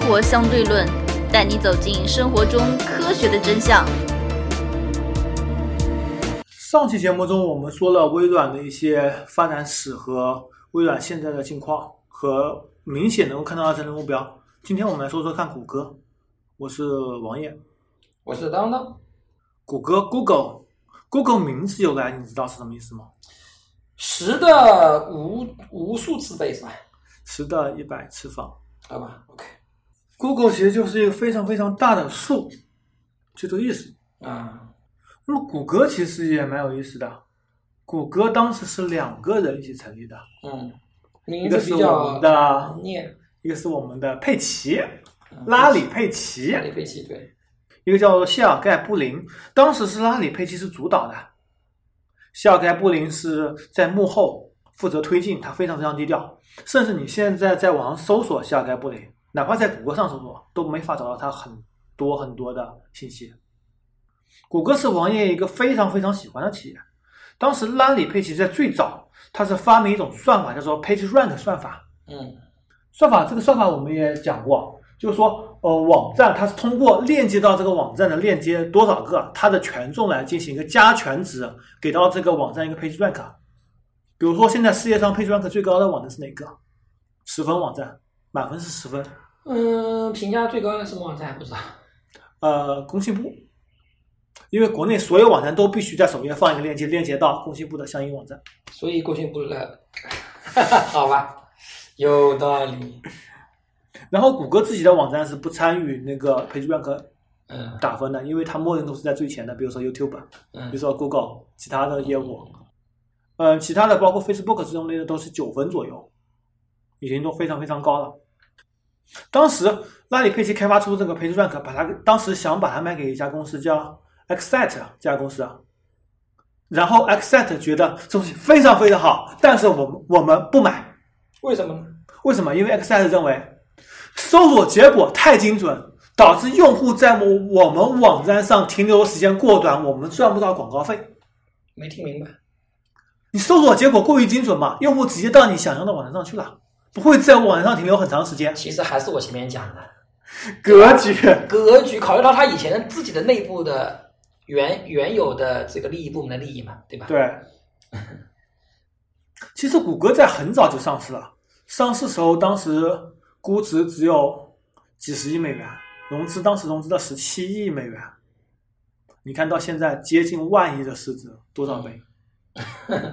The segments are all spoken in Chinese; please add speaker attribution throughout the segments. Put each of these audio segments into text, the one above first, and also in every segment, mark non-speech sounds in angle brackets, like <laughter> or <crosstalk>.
Speaker 1: 活相对论》，带你走进生活中科学的真相。
Speaker 2: 上期节目中，我们说了微软的一些发展史和微软现在的境况，和明显能够看到达成的目标。今天我们来说说看谷歌。我是王烨，
Speaker 3: 我是当当。
Speaker 2: 谷歌 Google Google 名字由来，你知道是什么意思吗？
Speaker 3: 十的无无数次倍是吧？
Speaker 2: 十的一百次方。
Speaker 3: 好吧，OK。
Speaker 2: Google 其实就是一个非常非常大的数，就这个意思。
Speaker 3: 啊，
Speaker 2: 那么谷歌其实也蛮有意思的，谷歌当时是两个人一起成立的，
Speaker 3: 嗯，
Speaker 2: 一
Speaker 3: 名字
Speaker 2: 个是
Speaker 3: 比
Speaker 2: 我
Speaker 3: 较
Speaker 2: 们的，
Speaker 3: 念
Speaker 2: 一个是我们的佩奇，
Speaker 3: 嗯
Speaker 2: 拉里佩奇
Speaker 3: 拉，里贝奇对，
Speaker 2: 一个叫做谢尔盖·布林，当时是拉里·佩奇是主导的，谢尔盖·布林是在幕后负责推进，他非常非常低调，甚至你现在在网上搜索谢尔盖·布林，哪怕在谷歌上搜索，都没法找到他很多很多的信息。谷歌是王爷一个非常非常喜欢的企业，当时拉里·佩奇在最早，他是发明一种算法，叫做 PageRank 算法，
Speaker 3: 嗯
Speaker 2: 算法这个算法我们也讲过，啊就是说，呃，网站它是通过链接到这个网站的链接多少个，它的权重来进行一个加权值，给到这个网站一个 page rank。比如说，现在世界上 page rank 最高的网站是哪个？十分网站，满分是十分。
Speaker 3: 嗯，评价最高的什么网站还不知道？
Speaker 2: 呃，工信部，因为国内所有网站都必须在首页放一个链接，链接到工信部的相应网站。
Speaker 3: 所以过去不了， <laughs> 好吧，有道理。
Speaker 2: 然后，谷歌自己的网站是不参与那个 page rank
Speaker 3: 嗯
Speaker 2: 打分的，因为它默认都是在最前的，比如说 YouTube。比如
Speaker 3: 嗯
Speaker 2: 说 Google 其他的业务，嗯，其他的包括 Facebook 这种类的都是九分左右，已经都非常非常高了。当时拉里·佩奇开发出这个 PageRank，把它当时想把它卖给一家公司叫 Xset 这家公司，啊然后 Xset 觉得这东西非常非常好，但是我们我们不买，
Speaker 3: 为什么呢？
Speaker 2: 为什么？因为 Xset 认为搜索结果太精准，导致用户在我我们网站上停留时间过短，我们赚不到广告费。
Speaker 3: 没听明白。
Speaker 2: 你搜索结果过于精准嘛，用户直接到你想要的网站上去了，不会在网站上停留很长时间。
Speaker 3: 其实还是我前面讲的
Speaker 2: 格局，
Speaker 3: 格局，考虑到他以前的自己的内部的原原有的这个利益部门的利益嘛，对吧？
Speaker 2: 对。其实谷歌在很早就上市了，上市时候当时估值只有几十亿美元，融资当时融资到十七亿美元，你看到现在接近万亿的市值，多少倍？ <laughs>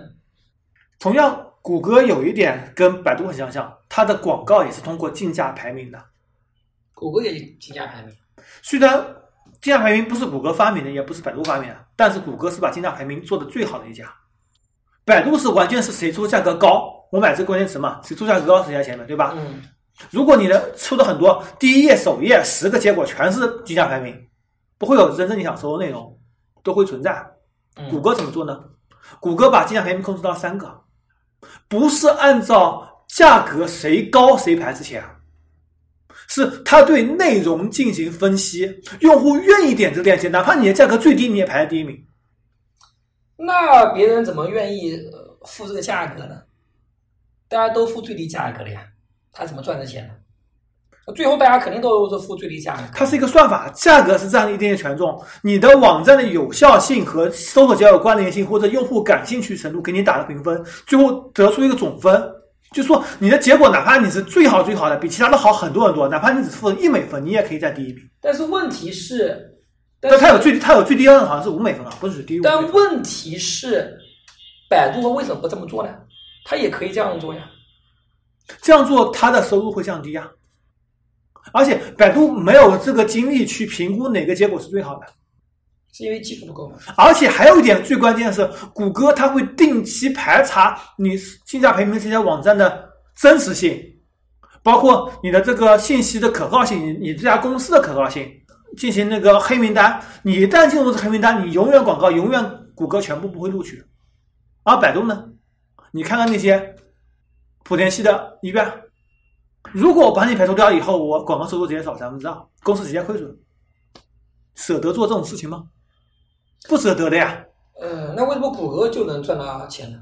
Speaker 2: 同样，谷歌有一点跟百度很相像，它的广告也是通过竞价排名的。
Speaker 3: 谷歌也竞价排名。
Speaker 2: 虽然竞价排名不是谷歌发明的，也不是百度发明的，但是谷歌是把竞价排名做的最好的一家。百度是完全是谁出价格高，我买这个关键词嘛，谁出价格高谁在前面，对吧？
Speaker 3: 嗯，
Speaker 2: 如果你的出的很多，第一页、首页十个结果全是竞价排名，不会有真正你想搜的内容，都会存在。
Speaker 3: 嗯
Speaker 2: 谷歌怎么做呢？谷歌把竞价排名控制到三个，不是按照价格谁高谁排之前，啊是它对内容进行分析，用户愿意点这个链接，哪怕你的价格最低，你也排在第一名。
Speaker 3: 那别人怎么愿意呃付这个价格呢？大家都付最低价格了呀，他怎么赚这钱呢？最后大家肯定都是付最低价格。
Speaker 2: 它是一个算法，价格是占了一定的权重，你的网站的有效性和搜索结果关联性或者用户感兴趣程度给你打个评分，最后得出一个总分，就说你的结果哪怕你是最好最好的，比其他的好很多很多，哪怕你只付了一美分，你也可以在第一名。
Speaker 3: 但是问题是，但
Speaker 2: 但
Speaker 3: 是
Speaker 2: 它有最它有最低的好像是五美分啊，不是低于五美分。
Speaker 3: 但问题是，百度为什么不这么做呢？他也可以这样做呀。
Speaker 2: 这样做，他的收入会降低啊。而且百度没有这个精力去评估哪个结果是最好的。
Speaker 3: 是因为技术不够吗？
Speaker 2: 而且还有一点最关键的是，谷歌它会定期排查你竞价排名这些网站的真实性，包括你的这个信息的可靠性，你你这家公司的可靠性，进行那个黑名单。你一旦进入这黑名单，你永远广告永远谷歌全部不会录取。而百度呢，你看看那些莆田系的医院，如果我把你排除掉以后，我广告收入直接少三分之二，公司直接亏损，舍得做这种事情吗？不舍得的呀。
Speaker 3: 呃，那为什么谷歌就能赚到钱呢？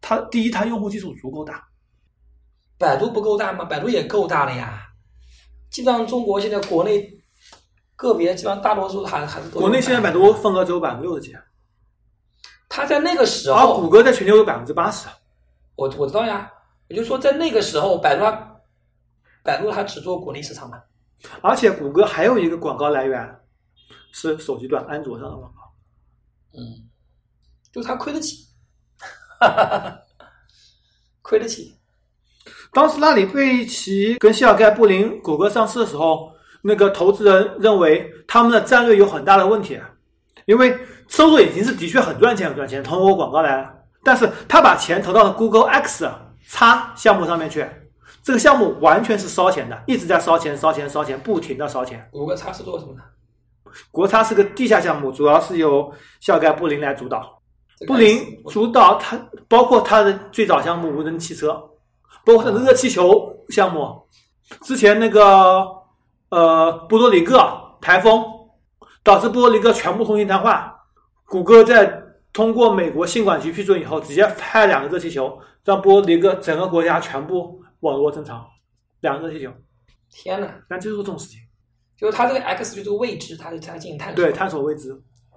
Speaker 2: 它第一，它用户基础足够大，
Speaker 3: 百度不够大吗？百度也够大了呀，基本上中国现在国内个别，基本上大多数还还是都
Speaker 2: 国内现在百度份额只有百分之六十几，
Speaker 3: 他在那个时
Speaker 2: 而
Speaker 3: 候，
Speaker 2: 啊谷歌在全球有百分之八十。
Speaker 3: 我我知道呀，我就说在那个时候，百度它百度它只做国内市场嘛，
Speaker 2: 而且谷歌还有一个广告来源是手机端安卓上的广告。
Speaker 3: 嗯，就它亏得起， <laughs> 亏得起，
Speaker 2: 当时拉里贝奇跟谢尔盖布林谷歌上市的时候，那个投资人认为他们的战略有很大的问题，因为搜索引擎是的确很赚钱很赚钱，通过广告来，但是他把钱投到了 Google X 叉项目上面去，这个项目完全是烧钱的，一直在烧钱烧钱烧钱，不停的烧钱。
Speaker 3: 谷歌它是做什么的？
Speaker 2: 国差是个地下项目，主要是由谢尔盖布林来主导。
Speaker 3: 这个
Speaker 2: 布林
Speaker 3: 我
Speaker 2: 主导他，包括他的最早项目无人汽车，包括他的热气球项目，之前那个呃波多黎各台风导致波多黎各全部通信瘫痪，谷歌在通过美国信管局批准以后，直接派两个热气球让波多黎各整个国家全部网络正常，两个热气球，
Speaker 3: 天呐，
Speaker 2: 那就是这种事情，
Speaker 3: 就是它这个 X 就是未知，它就它进行探索，
Speaker 2: 对，探索未知。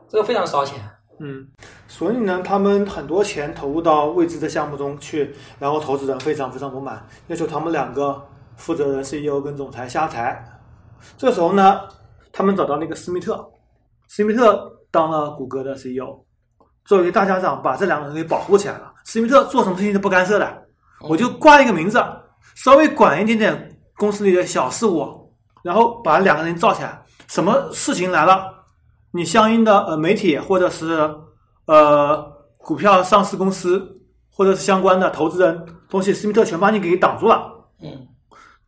Speaker 3: 这个非常烧钱。
Speaker 2: 嗯，所以呢，他们很多钱投入到未知的项目中去，然后投资人非常非常不满，要求他们两个负责人 CEO 跟总裁下台。这时候呢，他们找到那个斯密特，斯密特当了谷歌的 E CEO，作为大家长把这两个人给保护起来了。斯密特做什么事情都不干涉的，我就挂一个名字，稍微管一点点公司里的小事务，然后把两个人罩起来。什么事情来了，你相应的呃媒体或者是呃股票上市公司或者是相关的投资人东西，斯密特全帮你给挡住了。
Speaker 3: 嗯，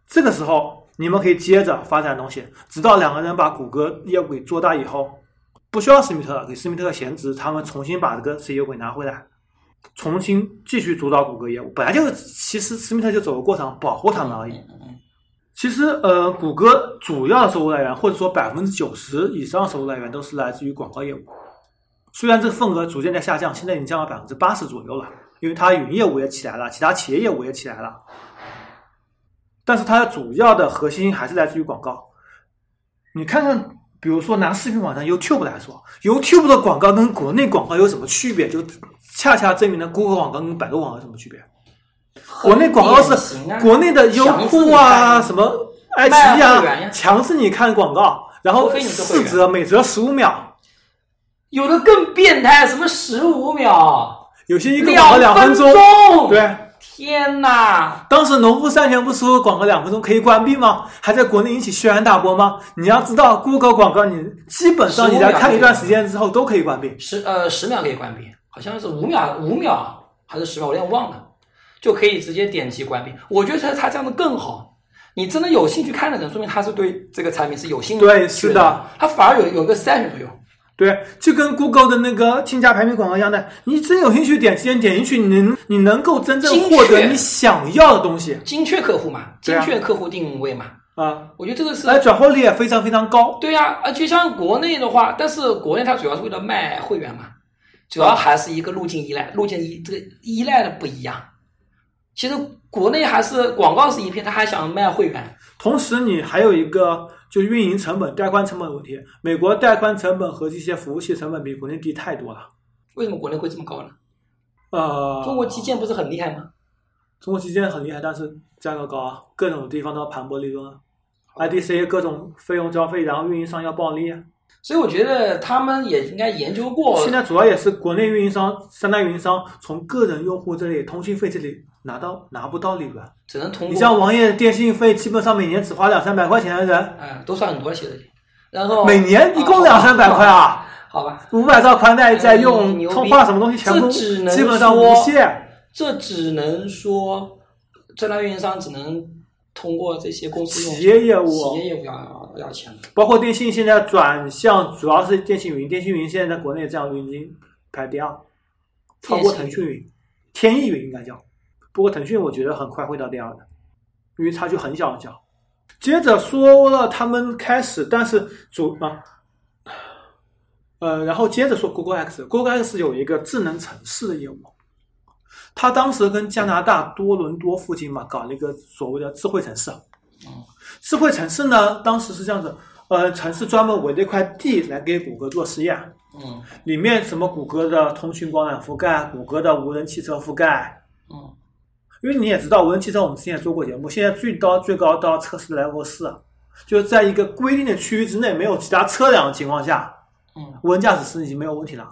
Speaker 2: 这个时候你们可以接着发展东西，直到两个人把谷歌业务给做大以后，不需要斯密特了，给斯密特闲职，他们重新把这个 CEO 给拿回来，重新继续主导谷歌业务。本来就是其实斯密特就走个过场，保护他们而已。
Speaker 3: 嗯嗯
Speaker 2: 其实，呃，谷歌主要的收入来源，或者说百分之九十以上收入来源，都是来自于广告业务。虽然这个份额逐渐在下降，现在已经降到百分之八十左右了，因为它云业务也起来了，其他企业业务也起来了。但是它的主要的核心还是来自于广告。你看看，比如说拿视频网站 YouTube 来说，YouTube 的广告跟国内广告有什么区别？就恰恰证明了 Google 广告跟百度广告有什么区别。国内广告
Speaker 3: 很典
Speaker 2: 是
Speaker 3: 型啊
Speaker 2: 国内的优酷啊，什么爱奇艺
Speaker 3: 卖会员
Speaker 2: 啊，
Speaker 3: 呀
Speaker 2: 强制你看广告，然
Speaker 3: 除
Speaker 2: 后
Speaker 3: 非你是会
Speaker 2: 四
Speaker 3: 员
Speaker 2: 折，每折十五秒，
Speaker 3: 有的更变态，什么十五秒、
Speaker 2: 有些一个广告两分钟。
Speaker 3: 钟，
Speaker 2: 对，
Speaker 3: 天呐，
Speaker 2: 当时农夫山泉不是说广告两分钟可以关闭吗？还在国内引起轩然大波吗？你要知道，Google 广告你基本上你在看一段时间之后都可以关闭。
Speaker 3: 十呃十秒可以关闭，好像是五秒五秒还是十秒，我有点忘了，就可以直接点击关闭。我觉得他他这样的更好。你真的有兴趣看的人，说明他是对这个产品是有兴趣
Speaker 2: 对是的，
Speaker 3: 他反而有有一个筛选作用。
Speaker 2: 对，就跟 Google 的那个竞价排名广告一样的，你真有兴趣点击，点进去，你能你能够真正
Speaker 3: 精确
Speaker 2: 获得你想要的东西
Speaker 3: 精确客户嘛，
Speaker 2: 对
Speaker 3: 精
Speaker 2: 啊
Speaker 3: 确客户定位嘛，
Speaker 2: 啊，
Speaker 3: 我觉得这个是
Speaker 2: 来转化率也非常非常高。
Speaker 3: 对呀、而且像国内的话，但是国内它主要是为了卖会员嘛，主要还是一个路径依赖，路径依这个依赖的不一样。其实国内还是广告是一片，他还想卖会员，
Speaker 2: 同时，你还有一个就运营成本、带宽成本的问题。美国带宽成本和这些服务器成本比国内低太多了。
Speaker 3: 为什么国内会这么高呢？
Speaker 2: 呃，
Speaker 3: 中国基建不是很厉害吗？
Speaker 2: 中国基建很厉害，但是价格高啊，各种地方都要盘剥利润啊。IDC 各种费用交费，然后运营商要暴利啊。
Speaker 3: 所以我觉得他们也应该研究过，
Speaker 2: 现在主要也是国内运营商、三大运营商从个人用户这里、通信费这里拿到拿不到利润。
Speaker 3: 只能通
Speaker 2: 你像
Speaker 3: 过，
Speaker 2: 网页电信费，基本上每年只花两三百块钱的人，
Speaker 3: 嗯，都算很多了，其实。然后哦
Speaker 2: 每年一共两三百块啊，
Speaker 3: 好吧，
Speaker 2: 五百兆宽带在
Speaker 3: 嗯
Speaker 2: 用，
Speaker 3: 牛逼
Speaker 2: 通话什么东西全部
Speaker 3: 这只能
Speaker 2: 基本上无
Speaker 3: 说
Speaker 2: 限。
Speaker 3: 这只能说，这大运营商只能通过这些公司用
Speaker 2: 企业业务啊
Speaker 3: 企业业务要要钱。
Speaker 2: 包括电信现在转向主要是电信云，电信云现在在国内这样云已经排第二，超过腾讯云、天翼云应该叫。不过腾讯我觉得很快会到第二的，因为差距很小很小。接着说了他们开始，但是主啊，呃，然后接着说 Google X，Google X 有一个智能城市的业务，它当时跟加拿大多伦多附近嘛搞了一个所谓的智慧城市。智慧城市呢，当时是这样子，呃，城市专门围了一块地来给谷歌做实验，
Speaker 3: 嗯
Speaker 2: 里面什么谷歌的通讯光缆覆盖，谷歌的无人汽车覆盖，
Speaker 3: 嗯
Speaker 2: 因为你也知道，无人汽车我们之前也做过节目，现在最高最高到测试 Level 四，就是在一个规定的区域之内没有其他车辆的情况下，
Speaker 3: 嗯
Speaker 2: 无人驾驶是已经没有问题了。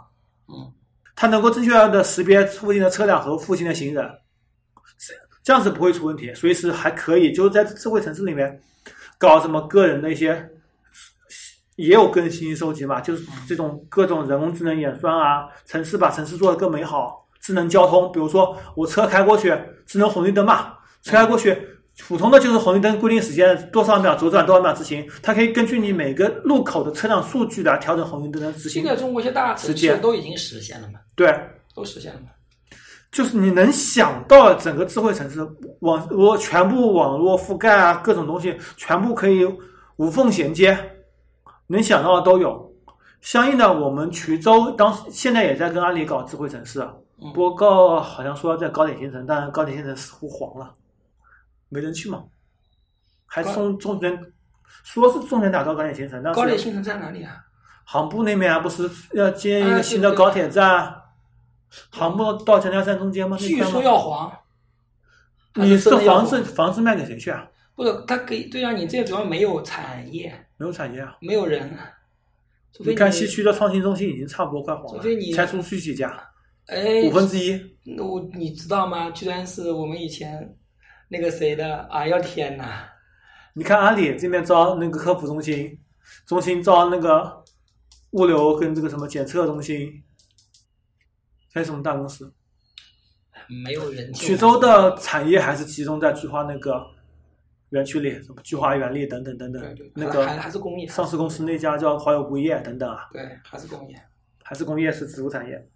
Speaker 3: 嗯，
Speaker 2: 它能够正确的识别附近的车辆和附近的行人，这这样子不会出问题，所以是还可以。就是在智慧城市里面搞什么个人的一些，也有个人信息收集嘛，就是这种各种人工智能演算啊，城市把城市做得更美好，智能交通，比如说我车开过去，智能红绿灯嘛，车开过去。普通的就是红绿灯规定时间多少秒左转多少秒执行，它可以根据你每个路口的车辆数据来调整红绿灯的执
Speaker 3: 这
Speaker 2: 行。
Speaker 3: 个中国一些大城
Speaker 2: 直接
Speaker 3: 市都已经实现了嘛，
Speaker 2: 对，
Speaker 3: 都实现了嘛。
Speaker 2: 就是你能想到整个智慧城市网络全部网络覆盖啊，各种东西全部可以无缝衔接，能想到的都有。相应的，我们衢州当时现在也在跟阿里搞智慧城市，啊
Speaker 3: 嗯
Speaker 2: 不过好像说要在搞点新城，但搞点新城似乎黄了，没人去嘛。还
Speaker 3: 高
Speaker 2: 重重点说是重点打造高铁新城，但
Speaker 3: 高铁
Speaker 2: 是
Speaker 3: 新城在哪里啊？
Speaker 2: 航部那边啊不是要建一
Speaker 3: 啊
Speaker 2: 个
Speaker 3: 对
Speaker 2: 新的
Speaker 3: 对
Speaker 2: 高铁站，航部到江江山中间吗？那
Speaker 3: 据
Speaker 2: 块吗
Speaker 3: 说要黄。还
Speaker 2: 你
Speaker 3: 是
Speaker 2: 是
Speaker 3: 真的要
Speaker 2: 房
Speaker 3: 黄
Speaker 2: 子房子卖给谁去啊？
Speaker 3: 不是，他给对啊，你这主要没有产业，
Speaker 2: 没有产业啊。
Speaker 3: 没有人，除非
Speaker 2: 你看西，区的创新中心已经差不多快黄
Speaker 3: 除
Speaker 2: 了
Speaker 3: 非你，
Speaker 2: 才出去几家，
Speaker 3: 哎，
Speaker 2: 五分之一。
Speaker 3: 那我你知道吗？居然是我们以前那个谁的，哎呀天呐，
Speaker 2: 你看阿里这边招那个科普中心，中心招那个物流跟这个什么检测中心，还有什么大公司？
Speaker 3: 没有人进来。
Speaker 2: 徐州的产业还是集中在菊花那个园区里，什么菊花园里等等等
Speaker 3: 对
Speaker 2: 等
Speaker 3: 对，，
Speaker 2: 那
Speaker 3: 还还
Speaker 2: 个
Speaker 3: 是工业，
Speaker 2: 上市公司那家叫华友钴业等等啊。
Speaker 3: 对，还是工业。
Speaker 2: 还是工业是植物产业。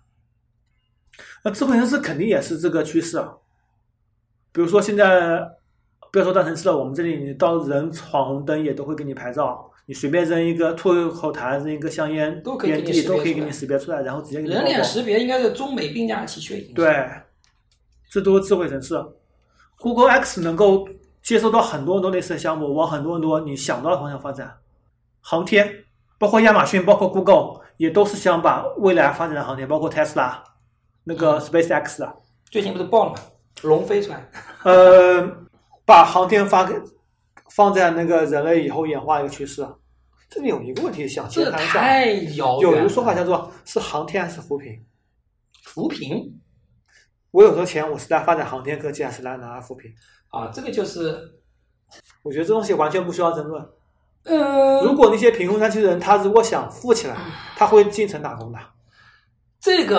Speaker 2: 那智慧城市肯定也是这个趋势啊。比如说现在，不要说大城市了，我们这里你到人闯红灯也都会给你拍照，你随便扔一个吐口痰，扔一个香烟
Speaker 3: 都可以给
Speaker 2: 烟
Speaker 3: 你
Speaker 2: 蒂
Speaker 3: 识别
Speaker 2: 都可以
Speaker 3: 出
Speaker 2: 给
Speaker 3: 来
Speaker 2: 你识别出来，然后直接给你
Speaker 3: 人
Speaker 2: 包
Speaker 3: 脸
Speaker 2: 裹
Speaker 3: 识别应该是中美并驾齐驱的形式。
Speaker 2: 对，这都是智慧城市。Google X 能够接收到很多很多类似的项目，往很多很多你想不到的方向发展。航天，包括亚马逊，包括 Google，也都是想把未来发展的航天，包括 Tesla，那
Speaker 3: 嗯
Speaker 2: 个 SpaceX 啊，
Speaker 3: 最近不是爆了吗？龙飞船，
Speaker 2: 呃，把航天发给放在那个人类以后演化一个趋势。这里有一个问题想
Speaker 3: 这
Speaker 2: 先谈一下，
Speaker 3: 太遥远
Speaker 2: 有
Speaker 3: 了。
Speaker 2: 一个说法叫做是航天还是扶贫？
Speaker 3: 扶贫
Speaker 2: 我有时候钱我是来发展航天科技，还是来拿来扶贫？
Speaker 3: 啊，这个就是
Speaker 2: 我觉得这东西完全不需要争论。
Speaker 3: 呃，
Speaker 2: 如果那些贫困山区的人，他如果想富起来，他会进城打工的。
Speaker 3: 这个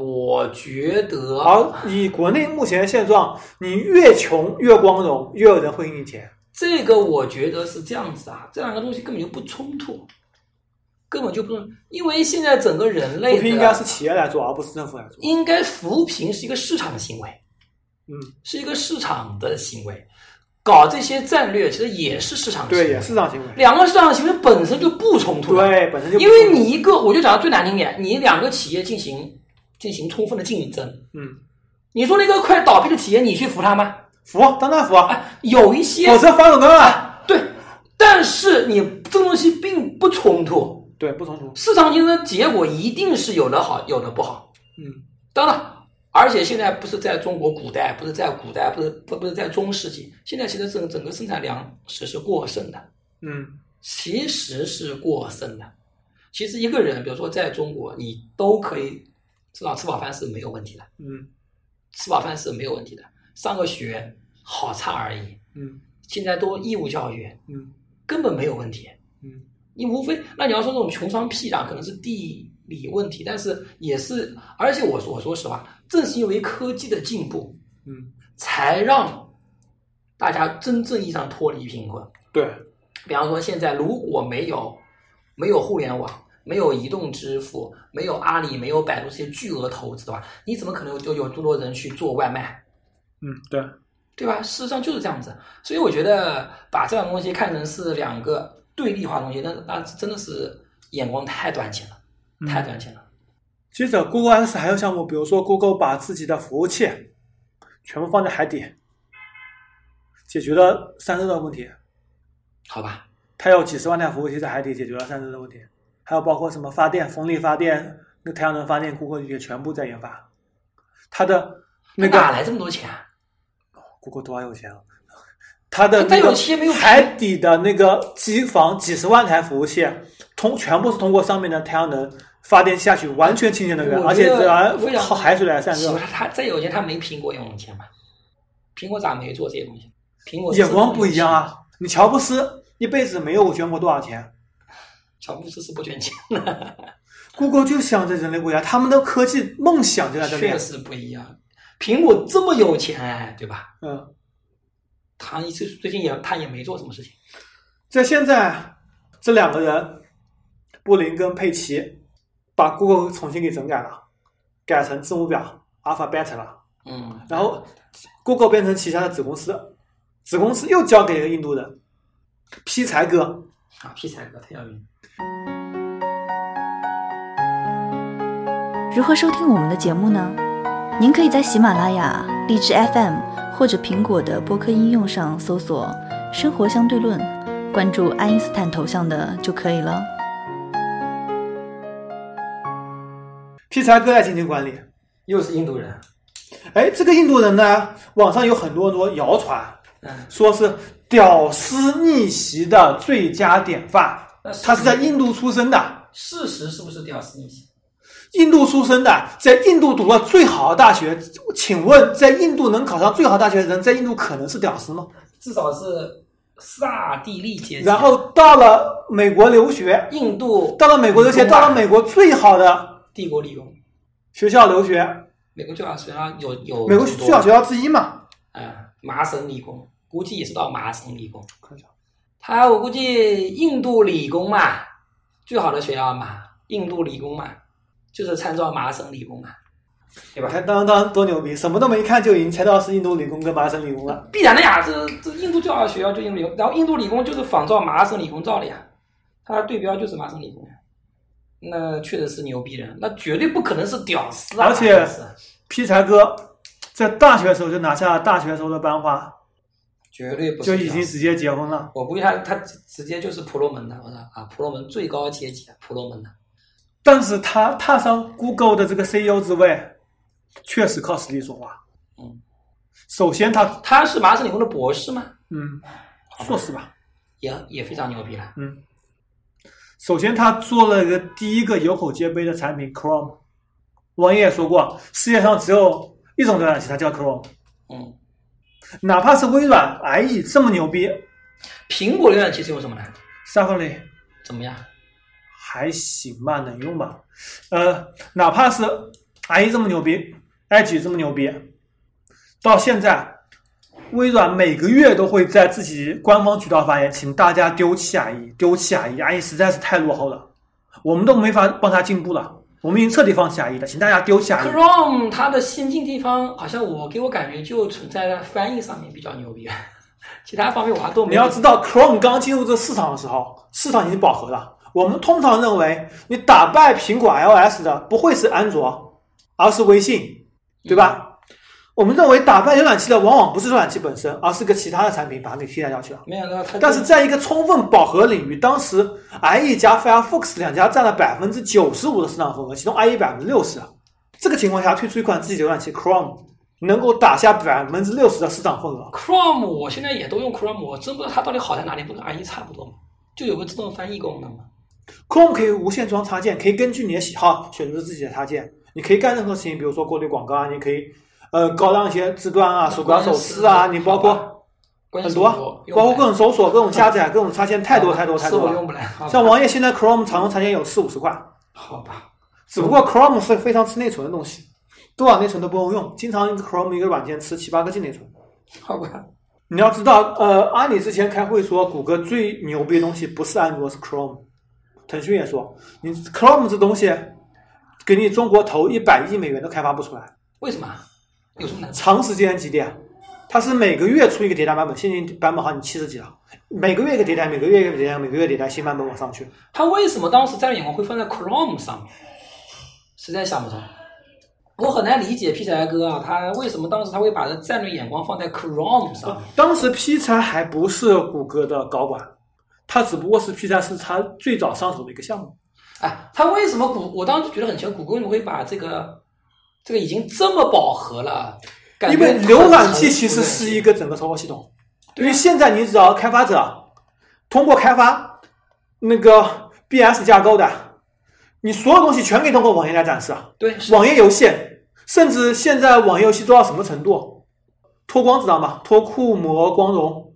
Speaker 3: 我觉得
Speaker 2: 而以国内目前的现状，你越穷越光荣，越有人会给你钱。
Speaker 3: 这个我觉得是这样子啊，这两个东西根本就不冲突，根本就不冲突，因为现在整个人
Speaker 2: 扶
Speaker 3: 类的
Speaker 2: 贫应该是企业来做，而不是政府来做。
Speaker 3: 应该扶贫是一个市场行为，
Speaker 2: 嗯，
Speaker 3: 是一个市场的行为，搞这些战略其实也是市场行为，
Speaker 2: 对，也是这样行为。
Speaker 3: 两个市场行为本身就不冲突的，
Speaker 2: 对，本身就不
Speaker 3: 因为你一个，我就讲到最难听点，你两个企业进行进行充分的竞争，
Speaker 2: 嗯，
Speaker 3: 你说那个快倒闭的企业，你去扶它吗？
Speaker 2: 扶啊当然扶，否
Speaker 3: 哎，有一些
Speaker 2: 则翻滚根啊！
Speaker 3: 对，但是你这东西并不冲突，
Speaker 2: 对，不冲突。
Speaker 3: 市场竞争结果一定是有的好，有的不好。
Speaker 2: 嗯，
Speaker 3: 当然，而且现在不是在中国古代，不是在古代，不是不不是在中世纪，现在其实整整个生产粮食是过剩的，
Speaker 2: 嗯，
Speaker 3: 其实是过剩的。其实一个人，比如说在中国，你都可以知道吃饱饭是没有问题的，
Speaker 2: 嗯，
Speaker 3: 吃饱饭是没有问题的，上个学好差而已。
Speaker 2: 嗯，
Speaker 3: 现在都义务教育，
Speaker 2: 嗯，
Speaker 3: 根本没有问题。
Speaker 2: 嗯，
Speaker 3: 你无非那你要说这种穷乡僻壤，可能是地理问题，但是也是，而且我我说实话，正是因为科技的进步，
Speaker 2: 嗯，
Speaker 3: 才让大家真正意义上脱离贫困。
Speaker 2: 对，
Speaker 3: 比方说，现在如果没有没有互联网，没有移动支付，没有阿里，没有百度这些巨额投资的话，你怎么可能就有这么多人去做外卖？
Speaker 2: 嗯，对，
Speaker 3: 对吧？事实上就是这样子，所以我觉得把这两个东西看成是两个对立化的东西，那那真的是眼光太短浅了，
Speaker 2: 嗯
Speaker 3: 太短浅了。
Speaker 2: 接着，Google X 还有项目，比如说 Google 把自己的服务器全部放在海底，解决了三十的问题。
Speaker 3: 好吧？
Speaker 2: 它有几十万台服务器在海底解决了散热的问题，还有包括什么发电、风力发电、那太阳能发电、谷歌也全部在研发。它的那
Speaker 3: 哪
Speaker 2: 个
Speaker 3: 来这么多钱啊？
Speaker 2: 谷歌多少有钱啊？它的
Speaker 3: 它
Speaker 2: 那
Speaker 3: 有
Speaker 2: 个
Speaker 3: 些没有
Speaker 2: 海底的那个机房几十万台服务器，通全部是通过上面的太阳能发电下去，完全清洁能源，
Speaker 3: 我
Speaker 2: 而
Speaker 3: 觉
Speaker 2: 且
Speaker 3: 得
Speaker 2: 只
Speaker 3: 非
Speaker 2: 然
Speaker 3: 常
Speaker 2: 靠海水来散
Speaker 3: 岂
Speaker 2: 热
Speaker 3: 不是。他再有钱，他没苹果有钱吧？苹果咋没做这些东西？苹果
Speaker 2: 眼光不一样！啊！你乔布斯一辈子没有捐过多少钱，
Speaker 3: 乔布斯是不捐钱，
Speaker 2: Google 就想着人类未来，他们的科技梦想就在这
Speaker 3: 确
Speaker 2: 边。
Speaker 3: 实不一样。苹果这么有钱，哎，对吧？
Speaker 2: 嗯，
Speaker 3: 他一直最近也他也没做什么事情。
Speaker 2: 在现在，这两个人，布林跟佩奇，把 Google 重新给整改了，改成字母表 Alphabet 了，
Speaker 3: 嗯，
Speaker 2: 然后 Google 变成旗下的子公司，子公司又交给一个印度人，劈柴哥。
Speaker 3: 啊，屁彩哥太要命。
Speaker 1: 如何收听我们的节目呢？您可以在喜马拉雅、荔枝 FM 或者苹果的播客应用上搜索“生活相对论”，关注爱因斯坦头像的就可以了。
Speaker 2: 劈柴哥在进行管理。
Speaker 3: 又是印度人，
Speaker 2: 哎，这个印度人呢，网上有很多很多谣传，
Speaker 3: 嗯，
Speaker 2: 说是屌丝逆袭的最佳典范
Speaker 3: 那。是
Speaker 2: 他是在印度出生的。
Speaker 3: 事实是不是屌丝逆袭？
Speaker 2: 印度出生的，在印度读了最好的大学，请问在印度能考上最好大学的人，在印度可能是屌丝吗？
Speaker 3: 至少是刹帝利阶级。
Speaker 2: 然后到了美国留学，
Speaker 3: 印度啊
Speaker 2: 到了美国留学，
Speaker 3: 中国
Speaker 2: 到了美国最好的
Speaker 3: 帝国理工，
Speaker 2: 学校留学，
Speaker 3: 美国最好学校有有
Speaker 2: 美国
Speaker 3: 很多
Speaker 2: 最好学校之一嘛。
Speaker 3: 啊，麻省理工，估计也是到麻省理工。
Speaker 2: 看一下
Speaker 3: 他我估计印度理工嘛，最好的学校嘛，印度理工嘛，就是参照麻省理工嘛，
Speaker 2: 你
Speaker 3: 对吧？
Speaker 2: 看，当当多牛逼，什么都没看就已经猜到是印度理工跟麻省理工了。
Speaker 3: 必然的呀，这这印度最好的学校就印度理工，然后印度理工就是仿照麻省理工造的呀，它的对标就是麻省理工呀。那确实是牛逼人，那绝对不可能是屌丝啊！
Speaker 2: 而且
Speaker 3: 真是
Speaker 2: 劈柴哥在大学的时候就拿下了大学时候的班花，
Speaker 3: 绝对不是
Speaker 2: 就
Speaker 3: 屌丝
Speaker 2: 已经直接结婚了。
Speaker 3: 我估计他他直直接就是婆罗门的，我操啊，婆罗门最高阶级啊，婆罗门的。
Speaker 2: 但是他踏上 Google 的这个 CEO 之位，确实靠实力说话。
Speaker 3: 嗯，
Speaker 2: 首先他
Speaker 3: 他是麻省理工的博士吗？
Speaker 2: 嗯，硕士吧，
Speaker 3: 也也非常牛逼了。
Speaker 2: 嗯，首先他做了一个第一个有口皆碑的产品 Chrome。王爷也说过，世界上只有一种浏览器，它叫 Chrome。
Speaker 3: 嗯，
Speaker 2: 哪怕是微软 IE 这么牛逼
Speaker 3: 苹果浏览器是用什么呢？
Speaker 2: ，Safari
Speaker 3: 怎么样？
Speaker 2: 还行吧，能用吧。呃，哪怕是 IE 这么牛逼，Edge 这么牛逼，到现在，微软每个月都会在自己官方渠道发言，请大家丢弃 IE，丢弃 IE，IE 实在是太落后了，我们都没法帮它进步了，我们已经彻底放弃 IE 了，请大家丢弃 IE。
Speaker 3: Chrome 它的先进地方，好像我给我感觉就存在在翻译上面比较牛逼， <laughs> 其他方面我还都
Speaker 2: 你
Speaker 3: 没有
Speaker 2: 要。知道，Chrome 刚进入这市场的时候，市场已经饱和了。我们通常认为，你打败苹果 iOS 的不会是安卓，而是微信，对吧？我们认为打败浏览器的往往不是浏览器本身，而是个其他的产品把它给替代掉去了。
Speaker 3: 没想到它，
Speaker 2: 但是在一个充分饱和领域，当时 IE 加 Firefox 两家占了百分之九十五的市场份额，其中 IE 百分之六十。啊这个情况下，推出一款自己的浏览器 Chrome，能够打下百分之六十的市场份额，
Speaker 3: Chrome 我现在也都用 Chrome，我真不知道它到底好在哪里，不跟 IE 差不多嘛，就有个自动翻译功能嘛。
Speaker 2: Chrome 可以无限装插件，可以根据你的喜好选择自己的插件。你可以干任何事情，比如说过滤广告啊，你可以呃高亮一些字段啊、鼠标手势啊，你包括
Speaker 3: 关键
Speaker 2: 很
Speaker 3: 是
Speaker 2: 多啊，
Speaker 3: 我
Speaker 2: 包括各
Speaker 3: 用
Speaker 2: 种搜索、各种下载、各种插件，太多太多太
Speaker 3: 不
Speaker 2: 多
Speaker 3: 来是我
Speaker 2: 了。
Speaker 3: 用不来。好吧
Speaker 2: 像王爷现在 Chrome 常用插件有四五十块，
Speaker 3: 好吧，
Speaker 2: 只不
Speaker 3: 嗯
Speaker 2: 过 Chrome 是非常吃内存的东西，多少内存都不够用，经常一个 Chrome 一个软件吃七八个 G 内存。
Speaker 3: 好吧，
Speaker 2: 你要知道，呃，阿里之前开会说，谷歌最牛逼的东西不是安卓，是 Chrome。腾讯也说，你 Chrome 这东西，给你中国投一百亿美元都开发不出来，
Speaker 3: 为什么？啊有什么难处？
Speaker 2: 长时间积淀。它是每个月出一个迭代版本，现在版本好像七十几了，每个月一个迭代，每个月一个迭代，每个月迭代，新版本往上去。
Speaker 3: 他为什么当时战略眼光会放在 Chrome 上面？实在想不通。我很难理解 P 柴哥啊，他为什么当时他会把啊这战略眼光放在 Chrome 上面？
Speaker 2: 当时劈柴还不是谷歌的高管，它只不过是 P 三是它最早上手的一个项目。
Speaker 3: 哎，他为什么谷？我当时觉得很奇怪，谷歌为什么会把这个这个已经这么饱和了？感觉
Speaker 2: 因为浏览器
Speaker 3: 很
Speaker 2: 其实是一个整个操作系统，对
Speaker 3: 对啊
Speaker 2: 于现在你只要开发者通过开发那个 BS 架构的，你所有东西全可以通过网页来展示啊。
Speaker 3: 对是
Speaker 2: 网页游戏，甚至现在网页游戏做到什么程度？脱光知道吗？脱库模光荣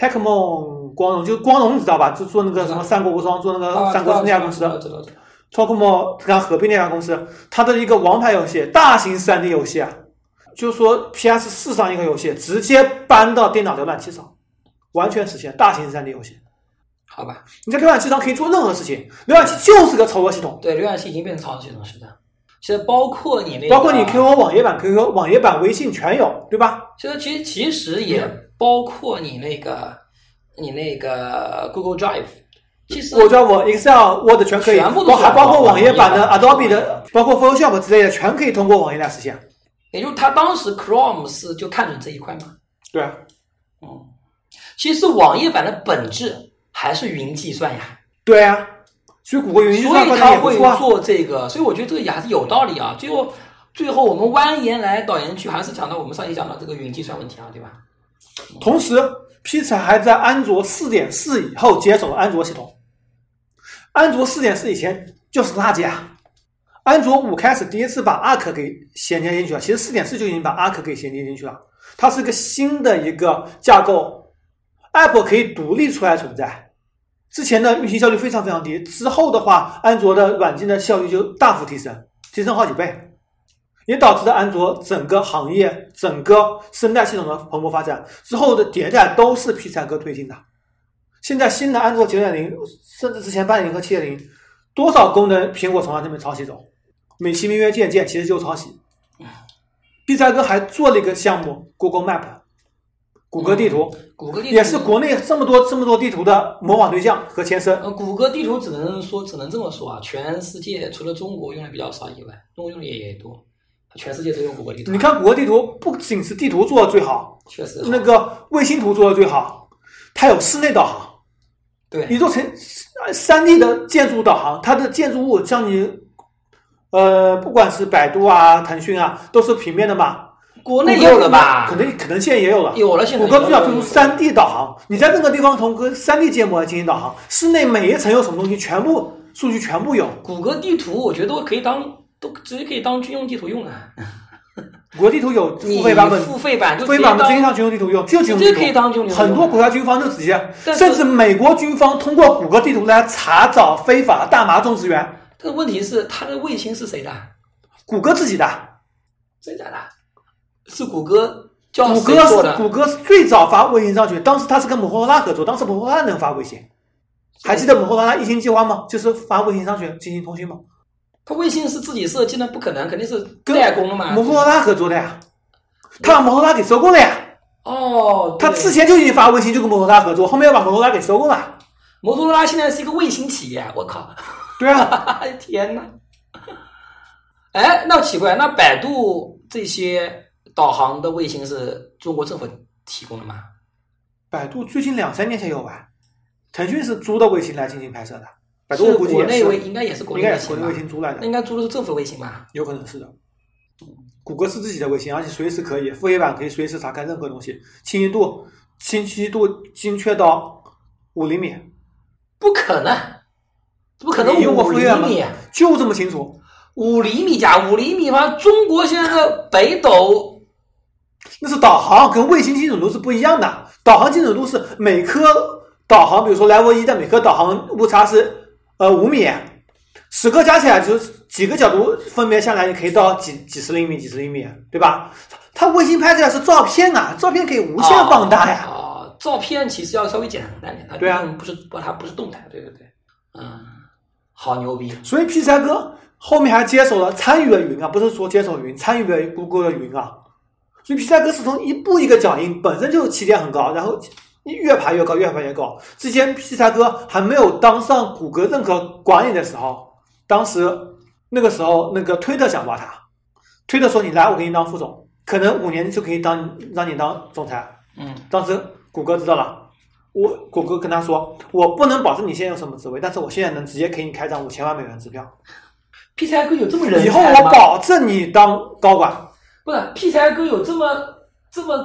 Speaker 2: ，Tecmo 光荣就是光荣，你知道吧？就做那个什么《三国无双》，做那个
Speaker 3: 啊
Speaker 2: 《三国志》那家公
Speaker 3: 知道
Speaker 2: 司，
Speaker 3: 知道知道知道
Speaker 2: Tecmo 跟它合并那家公司，它的一个王牌游戏，大型 3D 游戏啊，就是说 PS 四上一个游戏直接搬到电脑浏览器上，完全实现大型 3D 游戏。
Speaker 3: 好吧？
Speaker 2: 你在浏览器上可以做任何事情，浏览器就是个操作系统，
Speaker 3: 对，浏览器已经变成操作系统是的。其实包括你那个，
Speaker 2: 包括你 QQ 网页版、QQ 网页版、微信全有，对吧？
Speaker 3: 其实其实其实也
Speaker 2: 嗯
Speaker 3: 包括你那个你那个 Google Drive，其实
Speaker 2: 我叫我 Excel、Word 全可以，
Speaker 3: 啊全部都
Speaker 2: 包
Speaker 3: 是
Speaker 2: 还包括网
Speaker 3: 网页
Speaker 2: 页版的、
Speaker 3: 版
Speaker 2: Adobe 的，包括 Photoshop 之类的，全可以通过网页来实现。
Speaker 3: 也就是他当时 Chrome 是就看准这一块嘛。
Speaker 2: 对，
Speaker 3: 嗯，其实网页版的本质还是云计算呀，
Speaker 2: 对啊，所以谷歌云计
Speaker 3: 所
Speaker 2: 算
Speaker 3: 以
Speaker 2: 发展
Speaker 3: 他
Speaker 2: 也不
Speaker 3: 会
Speaker 2: 错啊。嗯
Speaker 3: 做这个，所以我觉得这个也还是有道理啊。最后最后我们蜿蜒来导言去，还是讲到我们上期讲到这个云计算问题啊，对吧？
Speaker 2: 同时，Pizza 还在安卓4.4以后接手了安卓系统。安卓4.4以前就是垃圾啊。安卓五开始第一次把 Arc 给衔接进去了，其实4.4就已经把 Arc 给衔接进去了。它是个新的一个架构，App 可以独立出来存在。之前的运行效率非常非常低，之后的话，安卓的软件的效率就大幅提升，提升好几倍，也导致了安卓整个行业、整个生态系统的蓬勃发展。之后的迭代都是 P 三哥推进的。现在新的安卓九点零，甚至之前八点零和七点零，多少功能苹果从它那边抄袭走？美其名曰借鉴，其实就是抄袭。P 三哥还做了一个项目，Google Map，谷歌地图。
Speaker 3: 谷歌地图
Speaker 2: 也是国内这么多这么多地图的模仿对象和前身。
Speaker 3: 呃，谷歌地图只能说只能这么说啊，全世界除了中国用的比较少以外，中国用的也也多，全世界都用谷歌地图。
Speaker 2: 你，看，谷歌地图不仅是地图做的最好，
Speaker 3: 确实
Speaker 2: 那个卫星图做的最好，它有室内导航。一
Speaker 3: 对，
Speaker 2: 座城三 D 的建筑导航，它的建筑物像你，呃，不管是百度啊、腾讯啊，都是平面的嘛。国
Speaker 3: 国内有了吧？
Speaker 2: 可能可能现在也有了。
Speaker 3: 有了，现在
Speaker 2: 谷歌最
Speaker 3: 有了
Speaker 2: 早推出三 D 导航，你在那个地方通过三 D 建模来进行导航，室内每一层有什么东西，全部数据全部有。
Speaker 3: 谷歌地图，我觉得都可以当都直接可以当军用地图用了。
Speaker 2: 谷歌地图有
Speaker 3: 你
Speaker 2: <laughs> 付费版本，
Speaker 3: 付费版就
Speaker 2: 非
Speaker 3: 直接
Speaker 2: 把我们
Speaker 3: 当
Speaker 2: 军上军用地图用，就军用
Speaker 3: 这可以当军用地图
Speaker 2: 很多国家军方就直接，
Speaker 3: 但是
Speaker 2: 甚至美国军方通过谷歌地图来查找非法大麻种植园，
Speaker 3: 但问题是，它的卫星是谁的？
Speaker 2: 谷歌自己的，
Speaker 3: 真假的？是谷歌叫
Speaker 2: 谷
Speaker 3: 谁
Speaker 2: 歌
Speaker 3: 做
Speaker 2: 是
Speaker 3: 的？
Speaker 2: 谷歌是最早发卫星上去，当时它是跟摩托罗拉合作，当时摩托罗拉能发卫星，还记得摩托罗拉一星计划吗？就是发卫星上去进行通讯吗？
Speaker 3: 它卫星是自己设计的，不可能，肯定啊是
Speaker 2: 跟
Speaker 3: 代工的嘛。
Speaker 2: 摩托罗拉合作的呀，他把摩托罗拉给收购了呀，
Speaker 3: 哦，
Speaker 2: 他
Speaker 3: 对
Speaker 2: 之前就已经发卫星就跟摩托罗拉合作，后面又把摩托罗拉给收购了，
Speaker 3: 摩托罗拉现在是一个卫星企业，我靠！
Speaker 2: 对啊，
Speaker 3: <laughs> 天呐！哎，那奇怪，那百度这些导航的卫星是中国政府提供的吗？
Speaker 2: 百度最近两三年才有吧，腾讯是租的卫星来进行拍摄的，百度
Speaker 3: 是
Speaker 2: 我估计
Speaker 3: 国
Speaker 2: 也
Speaker 3: 内卫
Speaker 2: 是，
Speaker 3: 应该也是国
Speaker 2: 应
Speaker 3: 内
Speaker 2: 该也
Speaker 3: 卫
Speaker 2: 是国
Speaker 3: 星
Speaker 2: 内
Speaker 3: 吧
Speaker 2: 卫？星租来的
Speaker 3: 那，应该租的是政府卫星吧？
Speaker 2: 有可能是的。谷歌是自己的卫星，而且随时可以付费版可以随时查看任何东西，清晰度清晰度精确到五厘米，
Speaker 3: 不可能，不可能
Speaker 2: 你用过
Speaker 3: 五
Speaker 2: 付
Speaker 3: 厘
Speaker 2: 费版吗
Speaker 3: 米，
Speaker 2: 就这么清楚。
Speaker 3: 五厘米加五厘米嘛？中国现在的北斗
Speaker 2: 那是导航跟卫星精准度是不一样的，导航精准度是每颗导航，比如说莱沃一的每颗导航误差是呃五米，十个加起来就是几个角度分别下来，你可以到几几十厘米、几十厘米，对吧？它卫星拍出来是照片啊，照片可以无限放大呀。
Speaker 3: 哦，照片其实要稍微简单点，它
Speaker 2: 对啊
Speaker 3: 毕竟不是不它不是动态，对对对，嗯，好牛逼，
Speaker 2: 所以 P 三哥后面还接手了参与了云啊，不是说接手云，参与了 Google 的云啊。所以 P 三哥是从一步一个脚印，本身就是起点很高，然后越爬越高，越爬越高。之前 P 三哥还没有当上谷歌任何管理的时候，当时那个时候那个推特想挖他，推特说你来，我给你当副总，可能五年就可以当让你当总裁。
Speaker 3: 嗯。
Speaker 2: 当时谷歌知道了，我谷歌跟他说，我不能保证你现在有什么职位，但是我现在能直接给你开张五千万美元支票，
Speaker 3: P 才哥有这么人
Speaker 2: 以后
Speaker 3: 才
Speaker 2: 我
Speaker 3: 吗
Speaker 2: 保证你当高管。
Speaker 3: 不是 P 才哥有这么这么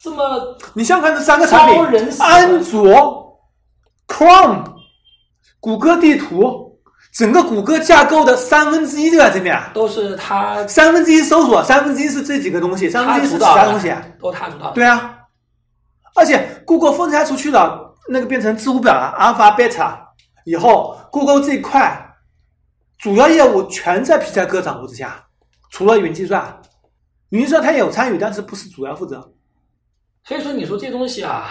Speaker 3: 这么
Speaker 2: 你想想看这三个产
Speaker 3: 超
Speaker 2: 品，
Speaker 3: 人死
Speaker 2: 安卓、Chrome、谷歌地图，整个谷歌架构的三分之一就在这面，啊
Speaker 3: 都是他
Speaker 2: 三分之一搜索，三分之一是这几个东西，三分
Speaker 3: 他
Speaker 2: 之一是其
Speaker 3: 主导
Speaker 2: 他
Speaker 3: 的，
Speaker 2: 东西。啊
Speaker 3: 都他主导的。
Speaker 2: 对啊，而且 Google 分拆出去了，那个变成知乎表了，Alpha、Beta 啊以后，Google 这一块主要业务全在皮塞哥掌握之下，除了云计算，云计算他也有参与，但是不是主要负责。
Speaker 3: 所以说，你说这东西啊，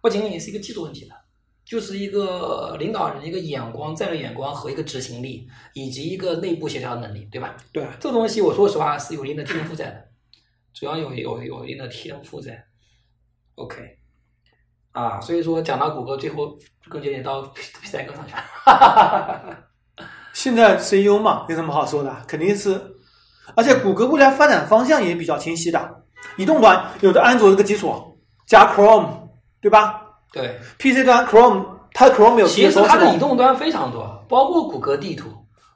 Speaker 3: 不仅仅是一个技术问题了，就是一个领导人一个眼光、战略眼光和一个执行力，以及一个内部协调能力，对吧？
Speaker 2: 对，啊
Speaker 3: 这个东西，我说实话是有一定的天赋在的，主要有有有一定的天赋在。OK，啊，所以说讲到谷歌，最后更节点到 P 赛哥上去了。
Speaker 2: 现在 CEO 嘛，有什么好说的？肯定是，而且谷歌未来发展方向也比较清晰的，移动端有的安卓这个基础，加 Chrome，对吧
Speaker 3: 对，
Speaker 2: ？PC 端 Chrome，它 Chrome 有
Speaker 3: 其实它的移动端非常多，包括谷歌地图，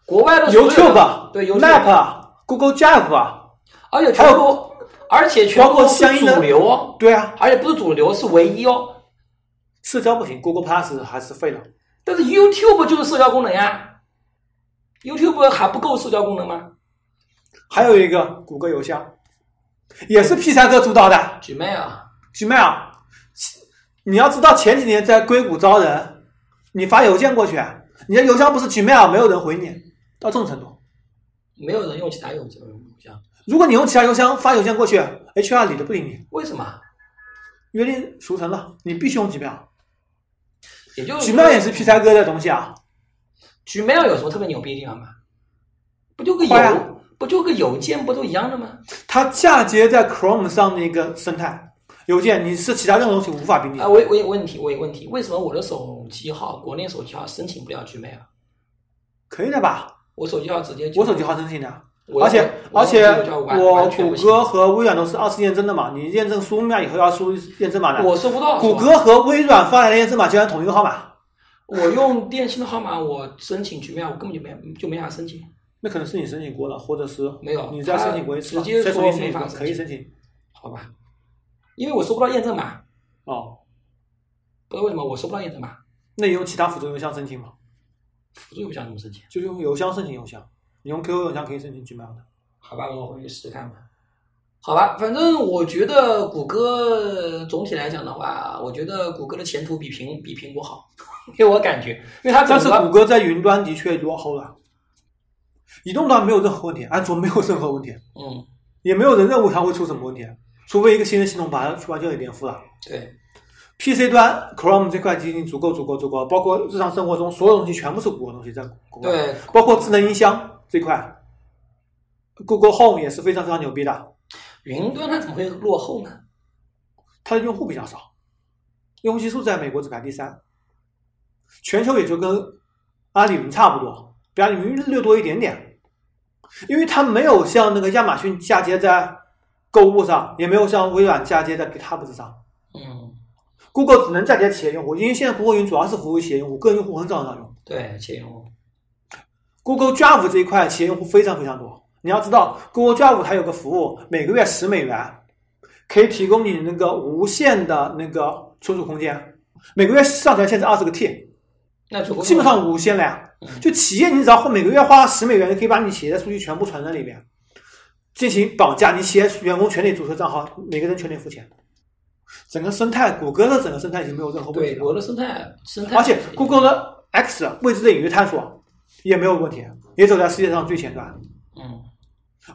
Speaker 3: 国外的所有的
Speaker 2: YouTube、
Speaker 3: 对 YouTube
Speaker 2: Map、Google Drive 啊，
Speaker 3: 而且全国，而且全
Speaker 2: 包括
Speaker 3: 国是
Speaker 2: 相应的
Speaker 3: 主流哦，
Speaker 2: 对啊，
Speaker 3: 而且不是主流，是唯一哦。
Speaker 2: 社交不行，Google Plus 还是废了。
Speaker 3: 但是 YouTube 就是社交功能呀，YouTube 还不够社交功能吗
Speaker 2: 还有一个谷歌邮箱，也是 P 三哥主导的
Speaker 3: ？Gmail 啊
Speaker 2: Gmail。你要知道前几年在硅谷招人，你发邮件过去，啊你的邮箱不是 Gmail，没有人回你，到这种程度。
Speaker 3: 没有人用其他邮箱，邮箱
Speaker 2: 如果你用其他邮箱发邮件过去，HR 理都不理你，
Speaker 3: 为什么？
Speaker 2: 约定俗成了，你必须用 Gmail。
Speaker 3: 也就是
Speaker 2: Gmail 也是 P 三哥的东西啊，
Speaker 3: Gmail 有什么特别牛逼的地方吗？不就个邮、
Speaker 2: 快啊
Speaker 3: 不就个邮件不都一样的吗？
Speaker 2: 它嫁接在 Chrome 上的一个生态邮件，你是其他任何东西无法比拟
Speaker 3: 啊，。我有我有问题，我有问题，为什么我的手机号国内手机号申请不了 Gmail？
Speaker 2: 可以的吧？
Speaker 3: 我手机号直接就
Speaker 2: 我手机号申请的，
Speaker 3: 我
Speaker 2: 而且
Speaker 3: 我
Speaker 2: 而且
Speaker 3: 手机号就完
Speaker 2: 我
Speaker 3: 完全
Speaker 2: 谷
Speaker 3: 不行
Speaker 2: 歌和微软都是二次验证的嘛，你验证输密码以后要输验证码的。
Speaker 3: 我收不到
Speaker 2: 谷
Speaker 3: 是吧
Speaker 2: 歌和微软发来的验证码居然同一个号码，
Speaker 3: 我用电信的号码，我申请局面，我根本就没就没法申请，
Speaker 2: 那可能是你申请过了，或者是
Speaker 3: 没有
Speaker 2: 你再申请过一次吧，
Speaker 3: 啊他直接
Speaker 2: 再重
Speaker 3: 说
Speaker 2: 新申请
Speaker 3: 没
Speaker 2: 过
Speaker 3: 法申请
Speaker 2: 可以申请
Speaker 3: 好吧？因为我收不到验证码，
Speaker 2: 哦。
Speaker 3: 不知道为什么我收不到验证码，
Speaker 2: 那你用其他辅助邮箱申请吗？
Speaker 3: 辅助邮箱怎么申请？
Speaker 2: 就用邮箱申请邮箱，你用 QQ 邮箱可以申请 Gmail 的。
Speaker 3: 好吧，我回去试试看吧。好吧，反正我觉得谷歌总体来讲的话，我觉得谷歌的前途比苹比苹果好，给我感觉，因为它整
Speaker 2: 但是谷
Speaker 3: 个
Speaker 2: 歌在云端的确落后了，移动端没有任何问题，安卓没有任何问题，
Speaker 3: 嗯，
Speaker 2: 也没有人认为它会出什么问题，除非一个新的系统把它完全给颠覆了。
Speaker 3: 对
Speaker 2: PC 端 Chrome 这块已经足够足够足够，包括日常生活中所有东西全部是谷歌东西在谷歌，
Speaker 3: 对，
Speaker 2: 包括智能音箱这块，Google Home 也是非常非常牛逼的，
Speaker 3: 云端它怎么会落后呢？
Speaker 2: 它的用户比较少，用户基数在美国只排第三，全球也就跟阿里云差不多，比阿里云略多一点点，因为它没有像那个亚马逊嫁接在购物上，也没有像微软嫁接在 GitHub 之上
Speaker 3: 嗯，
Speaker 2: ，Google 只能嫁接企业用户，因为现在 Google 云主要是服务企业用户，个人用户很少很少用。
Speaker 3: 对，且用
Speaker 2: Google Drive 这一块企业用户非常非常多。你要知道，Google Drive 它有个服务，每个月十美元，可以提供你那个无限的那个存储空间，每个月上传限制二十个 T，
Speaker 3: 那最后
Speaker 2: 基本上无限了呀。
Speaker 3: 嗯
Speaker 2: 就企业，你只要花每个月花十美元，就可以把你企业的数据全部存在里面，进行绑架，你企业员工全体注册账号，每个人全体付钱。整个生态，谷歌的整个生态已经没有任何问题
Speaker 3: 对
Speaker 2: 了。
Speaker 3: 我的生态生态，
Speaker 2: 而且 Google 的 X 未知的领域探索也没有问题，也走在世界上最前端。
Speaker 3: 嗯。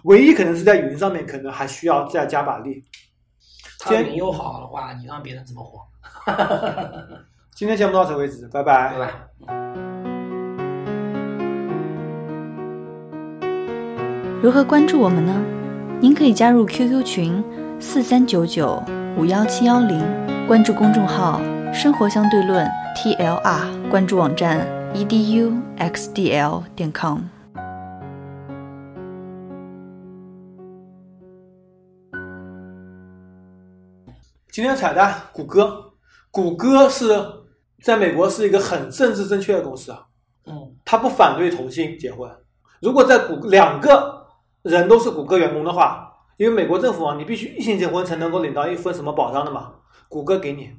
Speaker 2: 唯一可能是在云上面，可能还需要再加把力。
Speaker 3: 他云又好的话，你让别人怎么活？
Speaker 2: 今天节目到此为止，拜拜
Speaker 3: 对。吧？
Speaker 1: 如何关注我们呢？您可以加入 QQ 群四三九九五幺七幺零，关注公众号“生活相对论 ”TLR，关注网站 E eduxdl 点 com。
Speaker 2: 今天彩蛋，谷歌，谷歌是在美国是一个很政治正确的公司啊，
Speaker 3: 嗯
Speaker 2: 他不反对同性结婚。如果在谷两个人都是谷歌员工的话，因为美国政府啊，你必须异性结婚才能够领到一份什么保障的嘛，谷歌给你，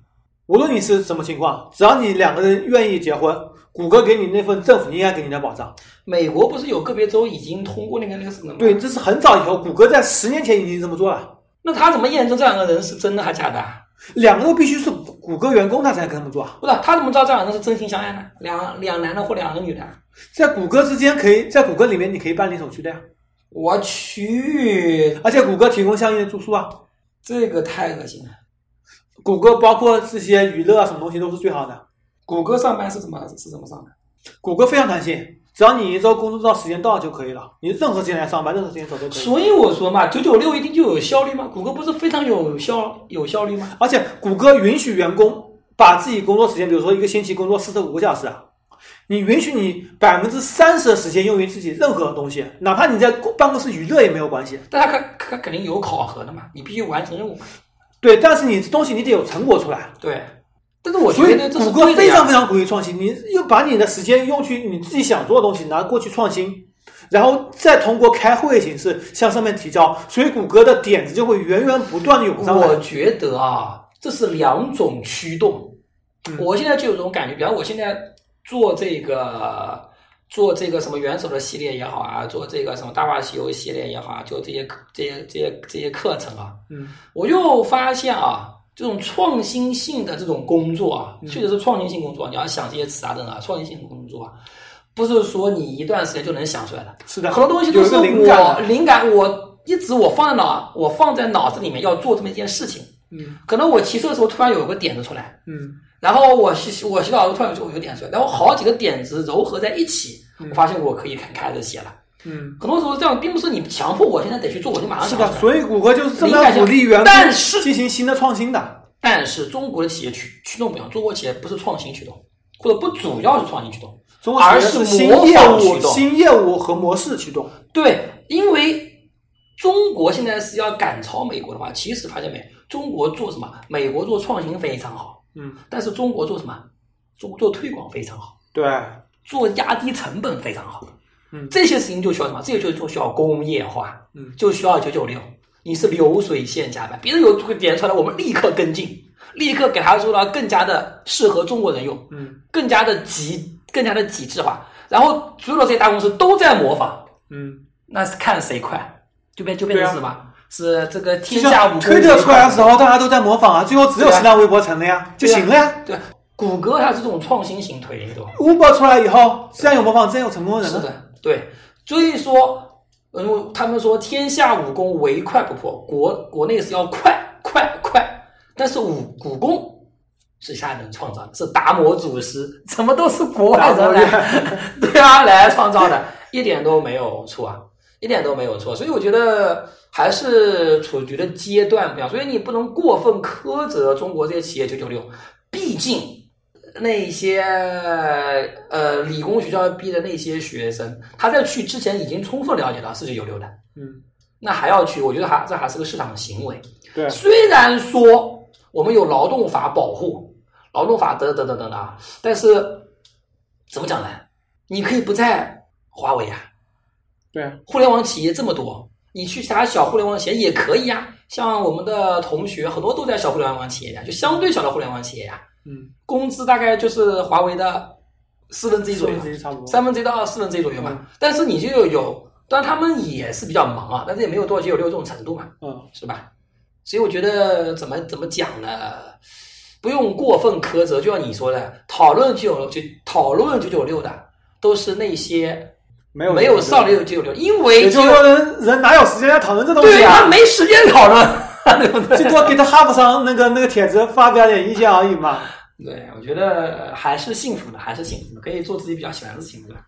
Speaker 2: 无论你是什么情况，只要你两个人愿意结婚，谷歌给你那份政府应该给你的保障。
Speaker 3: 美国不是有个别州已经通过那个那个什么吗？
Speaker 2: 对，，这是很早以后，谷歌在十年前已经这么做了，
Speaker 3: 那他怎么验证这两个人是真的还假的啊？
Speaker 2: 两个都必须是谷谷歌员工，他才跟他们做啊。
Speaker 3: 不是他怎么知道这两个人是真情相爱呢？两两男的或两个女的？啊
Speaker 2: 在谷歌之间可以，在谷歌里面你可以办理手续的呀，
Speaker 3: 我去，
Speaker 2: 而且谷歌提供相应的住宿啊，
Speaker 3: 这个太恶心了。
Speaker 2: 谷歌包括这些娱乐啊什么东西都是最好的。
Speaker 3: 谷歌上班是怎么是怎么上的？
Speaker 2: 谷歌非常弹性，只要你一周工作到时间到就可以了，你任何时间来上班，任何时间走都可以。
Speaker 3: 所以我说嘛，九九六一定就有效率吗？谷歌不是非常有效有效率吗？
Speaker 2: 而且谷歌允许员工把自己工作时间，比如说一个星期工作四十五个小时啊，你允许你百分之三十的时间用于自己任何东西，哪怕你在办公室娱乐也没有关系。
Speaker 3: 但他肯他肯定有考核的嘛，你必须完成任务嘛。
Speaker 2: 对，但是你东西你得有成果出来。
Speaker 3: 对，但是我觉
Speaker 2: 所以
Speaker 3: 得这是
Speaker 2: 谷歌
Speaker 3: 对的
Speaker 2: 非常非
Speaker 3: 呀。
Speaker 2: 常鼓励创新，你又把你的时间用去你自己想做的东西，拿过去创新，然后再通过开会的形式向上面提交，所以谷歌的点子就会源源不断的涌上来。
Speaker 3: 我觉得啊，这是两种驱动。
Speaker 2: 嗯
Speaker 3: 我现在就有种感觉，比方我现在做这个做这个什么元首的系列也好啊，做这个什么大话西游系列也好啊，就这些课这些这些这些课程啊，
Speaker 2: 嗯，
Speaker 3: 我就发现啊，这种创新性的这种工作啊，
Speaker 2: 嗯
Speaker 3: 确实是创新性工作。你要想这些词啊等等啊，创新性工作啊，不是说你一段时间就能想出来的，
Speaker 2: 是的，
Speaker 3: 很多东西都
Speaker 2: 有一
Speaker 3: 是
Speaker 2: 个
Speaker 3: 我
Speaker 2: 灵感的。
Speaker 3: 灵感我一直我放在脑，我放在脑子里面要做这么一件事情。
Speaker 2: 嗯
Speaker 3: 可能我骑车的时候突然有个点子出来，
Speaker 2: 嗯
Speaker 3: 然后我洗我洗澡的时候突然就有点出来，然后好几个点子糅合在一起，我发现我可以开开始写了。
Speaker 2: 嗯，
Speaker 3: 很多时候这样并不是你强迫我现在得去做，我就马上
Speaker 2: 是
Speaker 3: 想出来
Speaker 2: 的，。所以谷歌就是这么样鼓励员工
Speaker 3: 但啊是
Speaker 2: 进行新的创新的。
Speaker 3: 但是中国的企业驱驱动不一样，中国企业不是创新驱动，或者不主要是创新驱动，
Speaker 2: 中国企业
Speaker 3: 而是
Speaker 2: 新
Speaker 3: 模
Speaker 2: 业
Speaker 3: 仿
Speaker 2: 务、
Speaker 3: 驱动
Speaker 2: 新业务和模式驱动。
Speaker 3: 对，因为中国现在是要赶超美国的话，其实发现没，中国做什么？美国做创新非常好，
Speaker 2: 嗯，
Speaker 3: 但是中国做什么？中国做推广非常好，
Speaker 2: 对，
Speaker 3: 做压低成本非常好。
Speaker 2: 嗯
Speaker 3: 这些事情就需要什么？这些就就需要工业化，
Speaker 2: 嗯
Speaker 3: 就需要九九六。你是流水线下班，别人有这个点出来，我们立刻跟进，立刻给他做到更加的适合中国人用。
Speaker 2: 嗯
Speaker 3: 更加的极，更加的极致化。然后所有的这些大公司都在模仿，
Speaker 2: 嗯，
Speaker 3: 那是看谁快，就变就变成
Speaker 2: 对啊
Speaker 3: 是什么？是这个天
Speaker 2: 就
Speaker 3: 下
Speaker 2: 像
Speaker 3: 武功
Speaker 2: 推特出来的时候，大家都在模仿啊，最后只有
Speaker 3: 对啊
Speaker 2: 新浪微博成了呀，就
Speaker 3: 对啊
Speaker 2: 行了呀。
Speaker 3: 对，谷歌它是这种创新型推动，
Speaker 2: Uber 出来以后，虽然有模仿，真有成功的人
Speaker 3: 是
Speaker 2: 呢。
Speaker 3: 的，对。所以说，嗯，他们说天下武功唯快不破，国国内是要快快快，但是武武功。是下人创造的，是达摩祖师，怎么都是国外人来， <laughs> 对啊，来创造的，一点都没有错啊，一点都没有错。所以我觉得还是处于的阶段不一样，所以你不能过分苛责中国这些企业九九六，毕竟那些呃理工学校毕业的那些学生，他在去之前已经充分了解到四九九六的，
Speaker 2: 嗯，
Speaker 3: 那还要去，我觉得还这还是个市场行为。
Speaker 2: 对
Speaker 3: 虽然说我们有劳动法保护，劳动法等等等等等啊，但是怎么讲呢？你可以不在华为啊，
Speaker 2: 对，
Speaker 3: 互联网企业这么多，你去其他小互联网企业也可以呀。像我们的同学很多都在小互联网企业呀，就相对小的互联网企业呀，
Speaker 2: 嗯，
Speaker 3: 工资大概就是华为的四分之一左右
Speaker 2: 分，之一差嗯不多。
Speaker 3: 三分之一到四分之一左右嘛。但是你就有，但他们也是比较忙啊，但是也没有多少九九六这种程度嘛，
Speaker 2: 嗯，
Speaker 3: 是吧？所以我觉得怎么怎么讲呢？不用过分苛责，就像你说的，讨论九九六就讨论九九六的都是那些
Speaker 2: 没有
Speaker 3: 没有上六九九六，因为
Speaker 2: 也就是说人人哪有时间来讨论这东
Speaker 3: 对
Speaker 2: 西
Speaker 3: 他
Speaker 2: 啊？
Speaker 3: 没时间讨论， <laughs> 对不对？
Speaker 2: 最多给他哈佛上那个那个帖子发表点意见而已嘛。
Speaker 3: 对，我觉得还是幸福的，还是幸福的，可以做自己比较喜欢的事情，对吧？